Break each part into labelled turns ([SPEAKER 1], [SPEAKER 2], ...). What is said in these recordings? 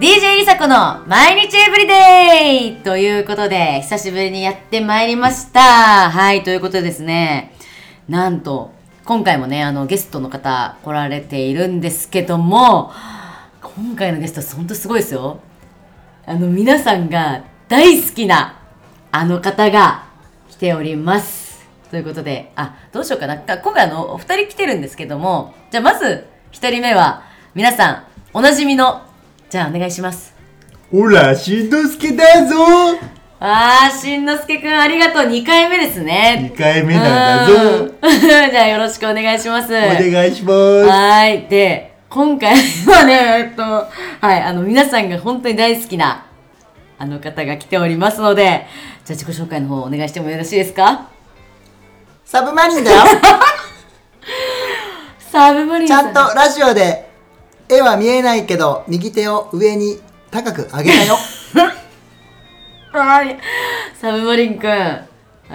[SPEAKER 1] DJ りさこの毎日エブリデイということで、久しぶりにやってまいりました。はい、ということでですね、なんと、今回もね、あの、ゲストの方来られているんですけども、今回のゲスト、ほんとすごいですよ。あの、皆さんが大好きな、あの方が来ております。ということで、あ、どうしようかな。か今回あの、お二人来てるんですけども、じゃあまず、一人目は、皆さん、おなじみの、じゃあお願いします。
[SPEAKER 2] ほら、しんのすけだぞ
[SPEAKER 1] あー、しんのすけくん、ありがとう。2回目ですね。
[SPEAKER 2] !2 回目なんだぞ
[SPEAKER 1] うん じゃあよろしくお願いします。
[SPEAKER 2] お願いしま
[SPEAKER 1] はーい。で、今回はね、えっと、はい、あの、皆さんが本当に大好きな、あの方が来ておりますので、じゃあ自己紹介の方お願いしてもよろしいですか
[SPEAKER 3] す。サブマリンだ よ。
[SPEAKER 1] サブマリン
[SPEAKER 3] ち
[SPEAKER 1] さ
[SPEAKER 3] ゃ
[SPEAKER 1] ん。
[SPEAKER 3] んとラジオで絵は見えないけど、右手を上に高く上げ たよ。
[SPEAKER 1] はい。サブマリンくん、あ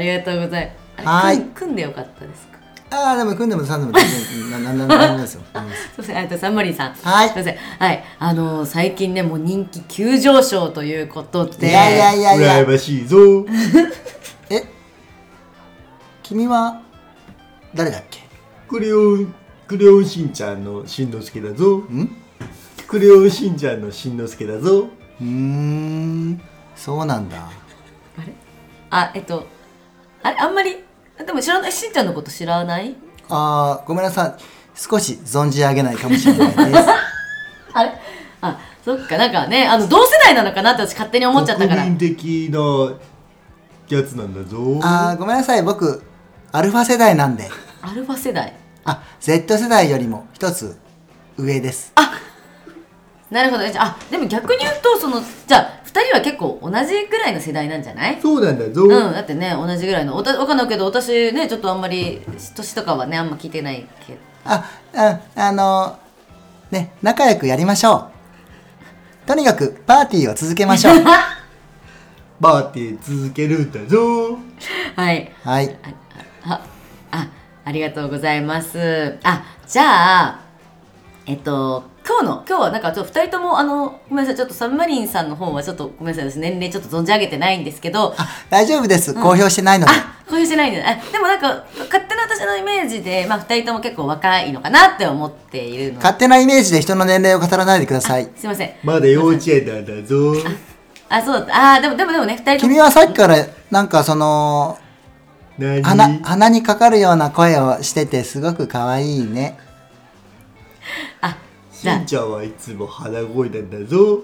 [SPEAKER 1] りがとうございます。あれ
[SPEAKER 3] はい
[SPEAKER 1] 組ん組んでよかったですか
[SPEAKER 3] ああ、でも組んでも3でも全然、な、な、な、なんなんですよ。なんなんですよ
[SPEAKER 1] そうですね、えっとサンマリンさん。
[SPEAKER 3] はい
[SPEAKER 1] すいません。はい。あのー最近ね、もう人気急上昇ということ
[SPEAKER 3] い
[SPEAKER 1] で。
[SPEAKER 3] やいやい
[SPEAKER 2] す
[SPEAKER 3] やいや
[SPEAKER 2] 羨。ましいぞ
[SPEAKER 3] え君は誰だっけ
[SPEAKER 2] クレヨン、クレヨンしんちゃんのしんのすけだぞ
[SPEAKER 3] ん
[SPEAKER 2] クレヨンしんちゃんのしんのすけだぞ
[SPEAKER 3] うーん、そうなんだ。
[SPEAKER 1] あ、えっと、あれ、あんまり、でも知らない、しんちゃんのこと知らない
[SPEAKER 3] ああ、ごめんなさい。少し存じ上げないかもしれない です。
[SPEAKER 1] あれあ、そっか、なんかね、あの、同世代なのかなって私勝手に思っちゃったから。
[SPEAKER 2] 国民的なやつなんだぞ
[SPEAKER 3] ああ、ごめんなさい。僕、アルファ世代なんで。
[SPEAKER 1] アルファ世代。
[SPEAKER 3] あ、Z 世代よりも一つ上です。
[SPEAKER 1] なるほど。じゃあ、あでも逆に言うと、その、じゃあ、二人は結構同じぐらいの世代なんじゃない
[SPEAKER 2] そうなんだぞ、
[SPEAKER 1] うん、だってね、同じぐらいの。おたわかんないけど、私ね、ちょっとあんまり、年とかはね、あんま聞いてないけど。
[SPEAKER 3] あ、うん、あのね、仲良くやりましょう。とにかくパーティーを続けまし ょう。
[SPEAKER 2] バーティー続けるんだぞ
[SPEAKER 1] はい。
[SPEAKER 3] はい。
[SPEAKER 1] あ、あ、ありがとうございます。あ、じゃあ、えっと、今日の、今日はなんかちょっと2人とも、あの、ごめんなさい、ちょっとサブマリンさんの方はちょっと、ごめんなさい、私年齢ちょっと存じ上げてないんですけど、
[SPEAKER 3] あ、大丈夫です。公表してないので。
[SPEAKER 1] あ、こういうしてないんだね。あでもなんか、勝手な私のイメージで、まあ2人とも結構若いのかなって思っているので、
[SPEAKER 3] 勝手なイメージで人の年齢を語らないでください。
[SPEAKER 1] すいません。
[SPEAKER 2] まだ幼稚園なんだ ぞ
[SPEAKER 1] あ、そうだった。あー、でもでもでもね、2人とも。
[SPEAKER 3] 君はさっきからなんかその
[SPEAKER 2] 何
[SPEAKER 3] 鼻鼻にかかるような声をしててすごく可愛いね。
[SPEAKER 1] あ、じ
[SPEAKER 2] し
[SPEAKER 1] ゃ
[SPEAKER 2] んちゃんはいつも鼻声なんだぞ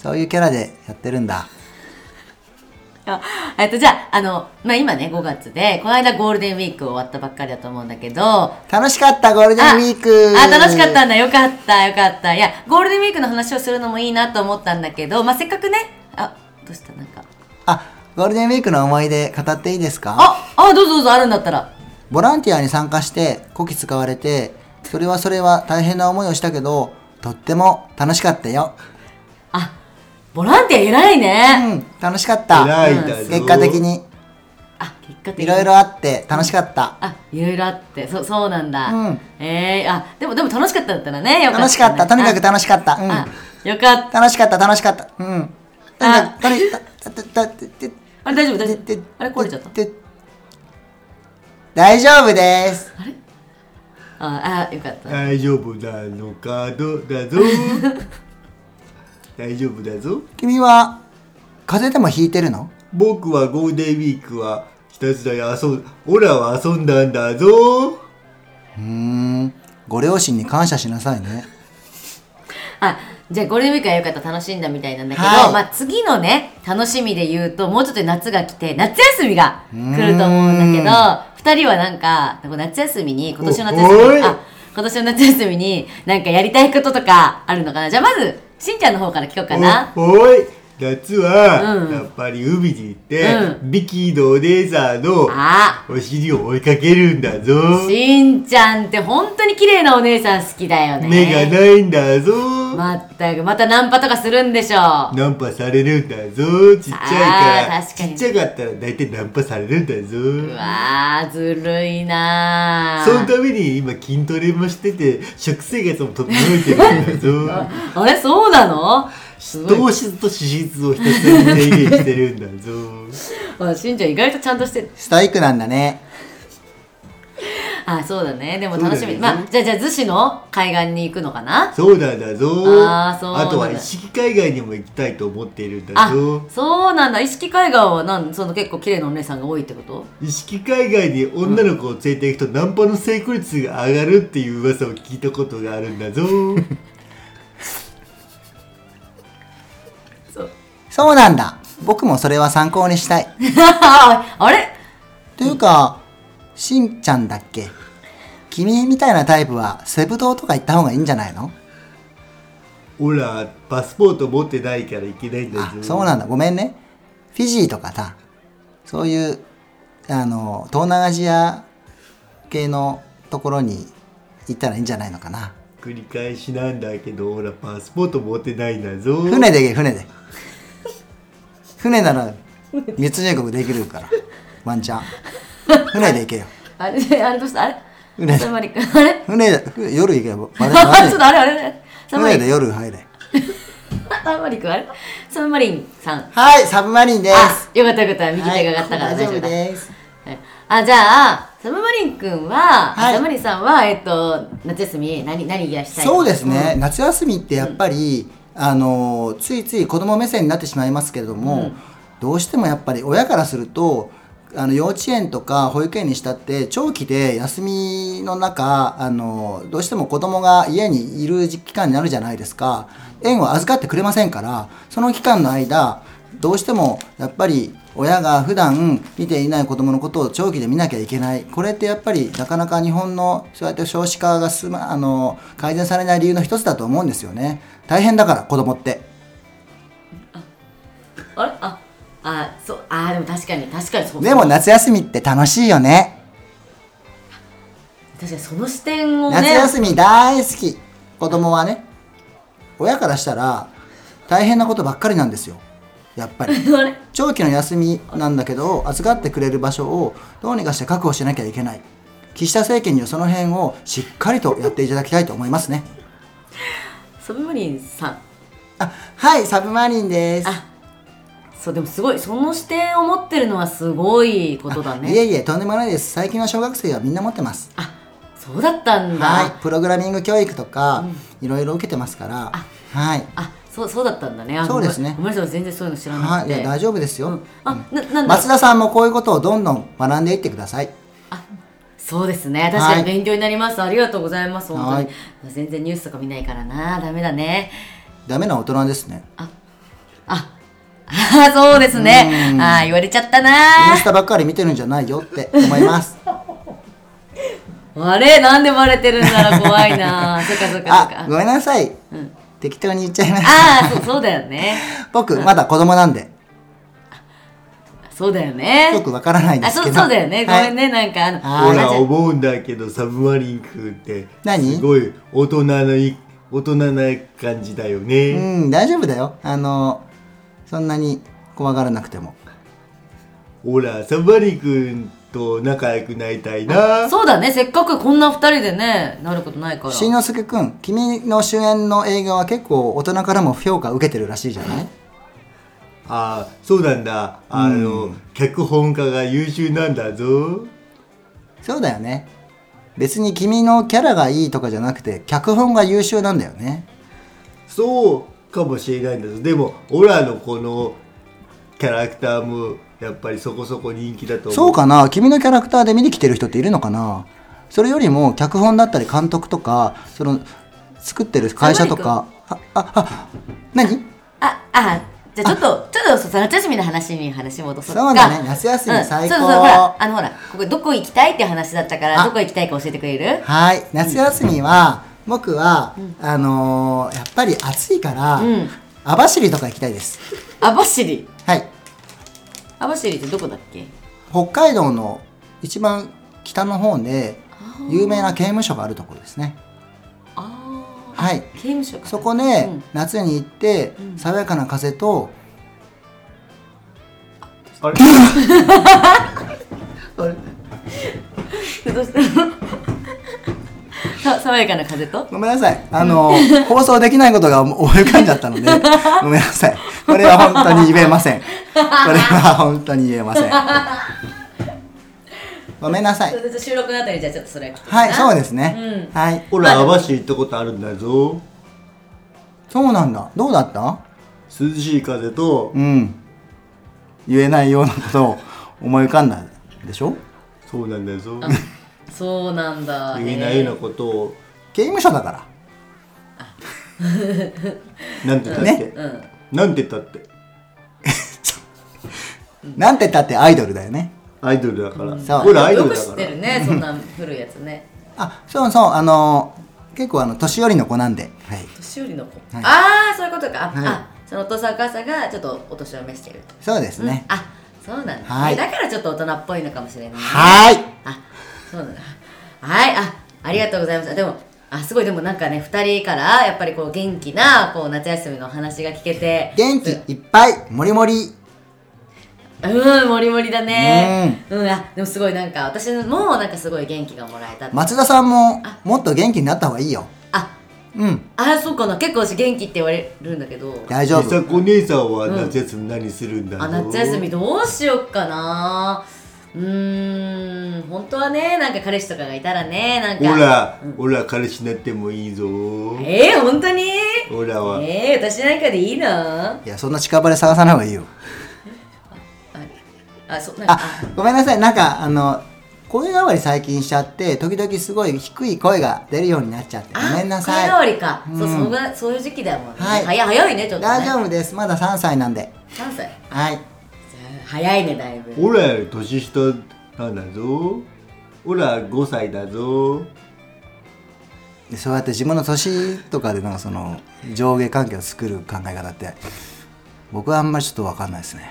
[SPEAKER 3] そういうキャラでやってるんだ。
[SPEAKER 1] あえっと、じゃあ、あの、まあ、今ね、5月で、この間ゴールデンウィーク終わったばっかりだと思うんだけど、
[SPEAKER 3] 楽しかったゴールデンウィーク。
[SPEAKER 1] ああ楽しかったんだよかったよかったいやゴールデンウィークの話をするのもいいなと思ったんだけど、まあ、せっかくねあどうしたなんか
[SPEAKER 3] あ、ゴールデンウィークの思い出語っていいですか？
[SPEAKER 1] ああどうぞどうぞあるんだったら
[SPEAKER 3] ボランティアに参加してこき使われてそれはそれは大変な思いをしたけどとっても楽しかったよ
[SPEAKER 1] あボランティア偉いね、
[SPEAKER 3] うん楽しかった
[SPEAKER 2] 偉いんだぞ
[SPEAKER 3] 結果的に
[SPEAKER 1] あ結果的に
[SPEAKER 3] いろいろあって楽しかった
[SPEAKER 1] あいろいろあってそそうなんだ、
[SPEAKER 3] うん
[SPEAKER 1] ええあでもでも楽しかったんだったらねよかった、ね、
[SPEAKER 3] 楽しかったとにかく楽しかったう
[SPEAKER 1] あ
[SPEAKER 3] ん
[SPEAKER 1] あよかった
[SPEAKER 3] 楽しかった楽しかったうんとにかくとにかくたたたた
[SPEAKER 1] あれ大丈夫大丈
[SPEAKER 3] たた
[SPEAKER 1] 夫あれ壊れちゃった
[SPEAKER 3] た大丈夫です
[SPEAKER 1] ああよかった
[SPEAKER 2] 大丈夫なのかど だぞ大丈夫だぞ
[SPEAKER 3] 君は風邪でもひいてるの
[SPEAKER 2] 僕はゴールデンウィークはひたすら遊んオラは遊んだんだぞ
[SPEAKER 3] うーんご両親に感謝しなさいね
[SPEAKER 1] あじゃあゴールデンウィークはよかった楽しんだみたいなんだけど、
[SPEAKER 3] はい
[SPEAKER 1] まあ、次のね楽しみで言うともうちょっと夏が来て夏休みが来ると思うんだけど2人はなんかこう夏休みに今年の夏
[SPEAKER 2] お
[SPEAKER 1] 休
[SPEAKER 2] お
[SPEAKER 1] み
[SPEAKER 2] い
[SPEAKER 1] あ今年の夏休みになんかやりたいこととかあるのかなじゃあまずしんちゃんの方から聞こうかな
[SPEAKER 2] おおい夏は、
[SPEAKER 1] うん
[SPEAKER 2] やっぱり海に行って、
[SPEAKER 1] う
[SPEAKER 2] ビキのお姉さんの
[SPEAKER 1] あ
[SPEAKER 2] お尻を追いかけるんだぞ
[SPEAKER 1] しんちゃんって本当に綺麗なお姉さん好きだよね
[SPEAKER 2] 目がないんだぞ、
[SPEAKER 1] まったくまたナンパとかするんでしょ
[SPEAKER 2] ナンパされるんだぞちっちゃいか
[SPEAKER 1] あ
[SPEAKER 2] ら
[SPEAKER 1] ー確かに
[SPEAKER 2] ちっちゃかったら大体ナンパされるんだぞ
[SPEAKER 1] うわーずるいな
[SPEAKER 2] そのために今筋トレもしてて食生活も整えてるんだぞ
[SPEAKER 1] あれそうなのすごい
[SPEAKER 2] 糖質と脂質をひたすらに制限してるんだぞ
[SPEAKER 1] あしんちゃん意外とちゃんとしてる
[SPEAKER 3] ストイックなんだね。
[SPEAKER 1] あそうだねでも楽しみ、
[SPEAKER 2] そうだよね
[SPEAKER 1] まあじゃあじゃあ逗子の海岸に行くのかな
[SPEAKER 2] そうなんだぞ
[SPEAKER 1] あーそうなんだ
[SPEAKER 2] あとは意識海外にも行きたいと思っているんだ
[SPEAKER 1] あ
[SPEAKER 2] ぞ
[SPEAKER 1] そうなんだ意識海岸はなんその結構綺麗なお姉さんが多いってこと
[SPEAKER 2] 意識海外に女の子を連れて行くとナンパの成功率が上がるっていう噂を聞いたことがあるん だぞ
[SPEAKER 3] そうなんだ。僕もそれは参考にしたい。
[SPEAKER 1] あれ
[SPEAKER 3] というか、しんちゃんだっけ君みたいなタイプはセブ島とか行った方がいいんじゃないの
[SPEAKER 2] ほらパスポート持ってないから行けないんだぞ
[SPEAKER 3] あ、そうなんだ。ごめんね。フィジーとかさ、そういう、あの、東南アジア系のところに行ったらいいんじゃないのかな。
[SPEAKER 2] 繰り返しなんだけどほらパスポート持ってないんだぞ
[SPEAKER 3] 船で行け、船で。船なら密入国できるから、ワンチャン。船で行けよ。
[SPEAKER 1] あれ あれどうしたあれ
[SPEAKER 3] 船
[SPEAKER 1] サマ リあれ
[SPEAKER 3] 船で、ふ夜行けよ。
[SPEAKER 1] あ
[SPEAKER 3] バレバ レ
[SPEAKER 1] ちょっとあれあれサマリ
[SPEAKER 3] 船で
[SPEAKER 1] ン
[SPEAKER 3] 夜入れ。
[SPEAKER 1] サマリン君あれサマリンさん
[SPEAKER 3] はい、サブマリンです。
[SPEAKER 1] あよかったよかった右手が上がったから
[SPEAKER 3] はい
[SPEAKER 1] 大丈夫だ、
[SPEAKER 3] です。
[SPEAKER 1] はいあじゃあサムマリン君は、
[SPEAKER 3] はい
[SPEAKER 1] サムマリンさんはえっと夏休み何何がしたいの
[SPEAKER 3] そうですね、、夏休みってやっぱり、あのついつい子供目線になってしまいますけれども、どうしてもやっぱり親からするとあの幼稚園とか保育園にしたって長期で休みの中あのどうしても子供が家にいる時期間になるじゃないですか園を預かってくれませんからその期間の間どうしてもやっぱり親が普段見ていない子供のことを長期で見なきゃいけないこれってやっぱりなかなか日本のそうやって少子化が進まあの改善されない理由の一つだと思うんですよね大変だから子供って
[SPEAKER 1] うんあれああそうあでも確かに確かにそう
[SPEAKER 3] でも夏休みって楽しいよね
[SPEAKER 1] 確かにその視点をね
[SPEAKER 3] 夏休み大好き子供はね親からしたら大変なことばっかりなんですよやっぱり
[SPEAKER 1] あれ
[SPEAKER 3] 長期の休みなんだけど預かってくれる場所をどうにかして確保しなきゃいけない岸田政権にはその辺をしっかりとやっていただきたいと思いますね
[SPEAKER 1] サムマリンさん
[SPEAKER 3] あはいサブマリンです
[SPEAKER 1] あそうでもすごいその視点を持ってるのはすごいことだ
[SPEAKER 3] いえ
[SPEAKER 1] ね
[SPEAKER 3] いえとんでもないです最近の小学生はみんな持ってます
[SPEAKER 1] あそうだったんだ、
[SPEAKER 3] はいプログラミング教育とか、いろいろ受けてますからはい
[SPEAKER 1] あそうそうだったんだねあ
[SPEAKER 3] そうですね
[SPEAKER 1] ごめんなさい全然そういうの知らな
[SPEAKER 3] は
[SPEAKER 1] く
[SPEAKER 3] いいや
[SPEAKER 1] て、
[SPEAKER 3] 大丈夫ですよ、
[SPEAKER 1] あななんだ
[SPEAKER 3] 松田さんもこういうことをどんどん学んでいってください。
[SPEAKER 1] そうですね確か
[SPEAKER 3] は
[SPEAKER 1] に
[SPEAKER 3] い
[SPEAKER 1] 勉強になります、ありがとうございます本当に、
[SPEAKER 3] はい
[SPEAKER 1] 全然ニュースとか見ないからなダメだね
[SPEAKER 3] ダメな大人ですね。
[SPEAKER 1] ああそうですね
[SPEAKER 3] うん
[SPEAKER 1] ああ言われちゃった
[SPEAKER 3] イン
[SPEAKER 1] な
[SPEAKER 3] スタばっかり見てるんじゃないよって思 います。
[SPEAKER 1] あれなんでバレてるん だろう怖いなそっかそっかそっ
[SPEAKER 3] あ、
[SPEAKER 1] か
[SPEAKER 3] ごめんなさい。適当に言っちゃいました。
[SPEAKER 1] ああそうそうだよね
[SPEAKER 3] 僕、まだ子供なんで、
[SPEAKER 1] そうだよね
[SPEAKER 3] よくわからないんで
[SPEAKER 1] あ
[SPEAKER 3] す
[SPEAKER 1] そ
[SPEAKER 3] け
[SPEAKER 1] う
[SPEAKER 3] ど。
[SPEAKER 1] そうだよねご
[SPEAKER 3] はい
[SPEAKER 1] めんね、なんかあの
[SPEAKER 3] は
[SPEAKER 2] ほ
[SPEAKER 3] い
[SPEAKER 2] ら
[SPEAKER 1] あじゃあ
[SPEAKER 2] 思うんだけどサブマリン君って
[SPEAKER 3] 何
[SPEAKER 2] すごい大人のい大人な感じだよ
[SPEAKER 3] う
[SPEAKER 2] ね、
[SPEAKER 3] ん、大丈夫だよ。あの、そんなに怖がらなくても。
[SPEAKER 2] ほらサブマリン君と仲良くなりたいな
[SPEAKER 1] そうだねせっかくこんな二人でねなることないから
[SPEAKER 3] しんのすけくん、君の主演の映画は結構大人からも評価受けてるらしいじゃない
[SPEAKER 2] あーそうなんだあの、脚本家が優秀なんだぞ
[SPEAKER 3] そうだよね。別に君のキャラがいいとかじゃなくて、脚本が優秀なんだよね。
[SPEAKER 2] そうかもしれないんだぞでもオラのこのキャラクターもやっぱりそこそこ人気だと思う
[SPEAKER 3] そうかな君のキャラクターで見に来てる人っているのかなそれよりも脚本だったり監督とかその作ってる会社とかあああ何
[SPEAKER 1] あ、あ、じゃあちょっと、ちょっとそう夏休みの話に話戻そうか。
[SPEAKER 3] そうだね夏休み最高
[SPEAKER 1] うんそうそう、ほら、あのほら、ここどこ行きたいって話だったから、
[SPEAKER 3] あ
[SPEAKER 1] どこ行きたいか教えてくれる
[SPEAKER 3] はい夏休みは僕は、あのーやっぱり暑いから、
[SPEAKER 1] うん
[SPEAKER 3] 網走とか行きたいです
[SPEAKER 1] 網走
[SPEAKER 3] はい
[SPEAKER 1] 網走ってどこだっけ
[SPEAKER 3] 北海道の一番北の方で有名な刑務所があるところですね
[SPEAKER 1] ああ
[SPEAKER 3] はい
[SPEAKER 1] 刑務所か
[SPEAKER 3] そこで
[SPEAKER 1] うん
[SPEAKER 3] 夏に行って
[SPEAKER 1] うん
[SPEAKER 3] 爽やかな風と
[SPEAKER 2] あれあれ
[SPEAKER 1] どうした さ爽やかな風と
[SPEAKER 3] ごめんなさいあ の放送できないことが思い浮かんじゃった のでごめんなさいこれは本当に言えませんこれは本当に言え ませんごめんなさい
[SPEAKER 1] 収録のあたりじゃあちょっとそれ
[SPEAKER 3] はいそう
[SPEAKER 1] で
[SPEAKER 3] ですね
[SPEAKER 1] う
[SPEAKER 3] はい
[SPEAKER 2] ほら網走行ったことあるんだぞ
[SPEAKER 3] そうなんだどうだった
[SPEAKER 2] 涼しい風と
[SPEAKER 3] うん言えないようなことを思い浮かんだんでしょ
[SPEAKER 2] そうなんだぞ
[SPEAKER 1] すそうなんだ
[SPEAKER 2] 言えないよう
[SPEAKER 1] へ
[SPEAKER 2] なことを
[SPEAKER 3] 刑務所だから
[SPEAKER 2] なんて言ったって、
[SPEAKER 1] ーうん
[SPEAKER 2] なんて言ったって
[SPEAKER 3] なんて言ったってアイドルだよね
[SPEAKER 2] アイドルだから
[SPEAKER 3] そう
[SPEAKER 2] ほらアイド
[SPEAKER 1] よく
[SPEAKER 2] ルだ
[SPEAKER 1] 知っ
[SPEAKER 2] か
[SPEAKER 1] て
[SPEAKER 2] ら
[SPEAKER 1] るねそんな古いやつね
[SPEAKER 3] あそうそうあの結構あの年寄りの子なんで、はい、
[SPEAKER 1] 年寄りの子、
[SPEAKER 3] はい
[SPEAKER 1] ああそういうことか、あ
[SPEAKER 3] はい
[SPEAKER 1] あそのお父さんお母さんがちょっとお年を召してると
[SPEAKER 3] そうですね、
[SPEAKER 1] あそうなんだ、
[SPEAKER 3] はい
[SPEAKER 1] えだからちょっと大人っぽいのかもしれない、ね、
[SPEAKER 3] はーい
[SPEAKER 1] あそうなんだはいあありがとうございますあでもあすごいでもなんかね2人からやっぱりこう元気なこう夏休みの話が聞けて
[SPEAKER 3] 元気いっぱいもりもり
[SPEAKER 1] うんもりもりだねうん、あでもすごいなんか私もなんかすごい元気がもらえた
[SPEAKER 3] 松田さんももっと元気になった方がいいよ
[SPEAKER 1] あ
[SPEAKER 3] うん
[SPEAKER 1] あそうかな結構私元気って言われるんだけど
[SPEAKER 3] 大丈
[SPEAKER 2] 美
[SPEAKER 3] 夫
[SPEAKER 2] 佐子姉さんは夏休み何するんだぞ、
[SPEAKER 1] あ夏休みどうしよっかなうーん本当はねなんか彼氏とかがいたらねなんか
[SPEAKER 2] ほら、ほら彼氏になってもいいぞ
[SPEAKER 1] えー、本当に
[SPEAKER 2] ほらは、
[SPEAKER 1] えー、私なんかでいいない
[SPEAKER 3] やそんな近場で探さない方がいいよ
[SPEAKER 1] あそなんか
[SPEAKER 3] あごめんなさいなんかあの声変わり最近しちゃって時々すごい低い声が出るようになっちゃってご
[SPEAKER 1] あ
[SPEAKER 3] めんなさ
[SPEAKER 1] 声変わ
[SPEAKER 3] い
[SPEAKER 1] りか、そう
[SPEAKER 3] うん
[SPEAKER 1] そのぐらいそういう時期だもんね、
[SPEAKER 3] はい
[SPEAKER 1] 早早いねちょっとね
[SPEAKER 3] 大丈夫ですまだ3歳なんで
[SPEAKER 1] 3歳
[SPEAKER 3] はい
[SPEAKER 1] 早いねだいぶ
[SPEAKER 2] ほらより年下なんだぞほら5歳だぞ
[SPEAKER 3] でそうやって自分の年とかでなんかその上下関係を作る考え方って僕はあんまりちょっと分かんないですね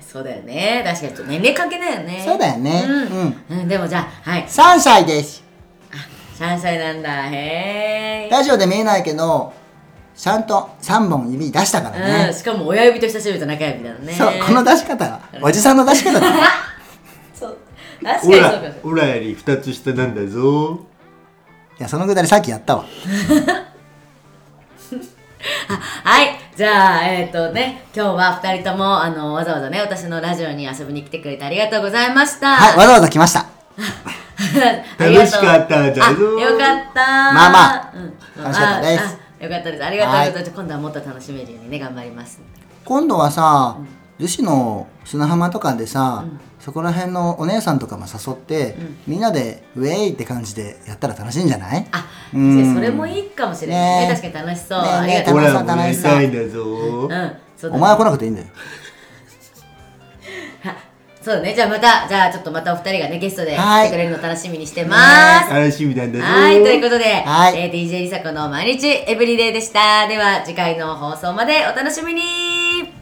[SPEAKER 1] そうだよね確かにちょっと年齢関係ないよね
[SPEAKER 3] そうだよね
[SPEAKER 1] うん、うんでもじゃあはい
[SPEAKER 3] 3歳です
[SPEAKER 1] 3歳なんだへえ
[SPEAKER 3] ラジオで見えないけどちゃんと3本指出したか
[SPEAKER 1] う
[SPEAKER 3] ら
[SPEAKER 1] ん、
[SPEAKER 3] ね、
[SPEAKER 1] しかも親指と人差し指と中指だね
[SPEAKER 3] そうこの出し方はおじさんの出し方だ
[SPEAKER 1] そう確か
[SPEAKER 2] ほ
[SPEAKER 1] にそうから
[SPEAKER 2] ほらより2つ下なんだぞ
[SPEAKER 3] いやそのぐだりさっきやったわ
[SPEAKER 1] はいじゃあえっ、とね今日は2人ともあのわざわざね私のラジオに遊びに来てくれてありがとうございました
[SPEAKER 3] はいわざわざ来ました
[SPEAKER 2] 楽しかっただ
[SPEAKER 1] あ
[SPEAKER 2] ぞ
[SPEAKER 1] よかった
[SPEAKER 3] まあまあ
[SPEAKER 1] うん、
[SPEAKER 3] 楽しかったです
[SPEAKER 1] ああよかったですありがとうございます
[SPEAKER 3] は
[SPEAKER 1] 今度はもっと楽しめるようにね頑張ります
[SPEAKER 3] 今度はさ逗子の砂浜とかでさ、
[SPEAKER 1] うん
[SPEAKER 3] そこら辺のお姉さんとかも誘って、
[SPEAKER 1] うん
[SPEAKER 3] みんなでウェイって感じでやったら楽しいんじゃない
[SPEAKER 1] あ、
[SPEAKER 3] うん
[SPEAKER 1] それもいいかもしれないね
[SPEAKER 3] ねえ
[SPEAKER 1] 確かに楽しそう、
[SPEAKER 3] ねえ
[SPEAKER 1] ありがとう
[SPEAKER 2] ほ
[SPEAKER 1] ござい
[SPEAKER 2] らも
[SPEAKER 3] 楽
[SPEAKER 2] や
[SPEAKER 3] し
[SPEAKER 2] り
[SPEAKER 3] そう
[SPEAKER 2] たいんだ
[SPEAKER 1] ます
[SPEAKER 2] ぞ、
[SPEAKER 1] うんそうだね
[SPEAKER 3] お前は来なくていいんだよ
[SPEAKER 1] はそうだねじゃあまたじゃあちょっとまたお二人がねゲストで
[SPEAKER 3] は
[SPEAKER 1] 来て
[SPEAKER 3] い
[SPEAKER 1] くれるの楽しみにしてます
[SPEAKER 2] 楽しみなんだぞ
[SPEAKER 1] はいということで、
[SPEAKER 3] はい
[SPEAKER 1] えー DJ りさこの毎日エブリデイでしたでは次回の放送までお楽しみに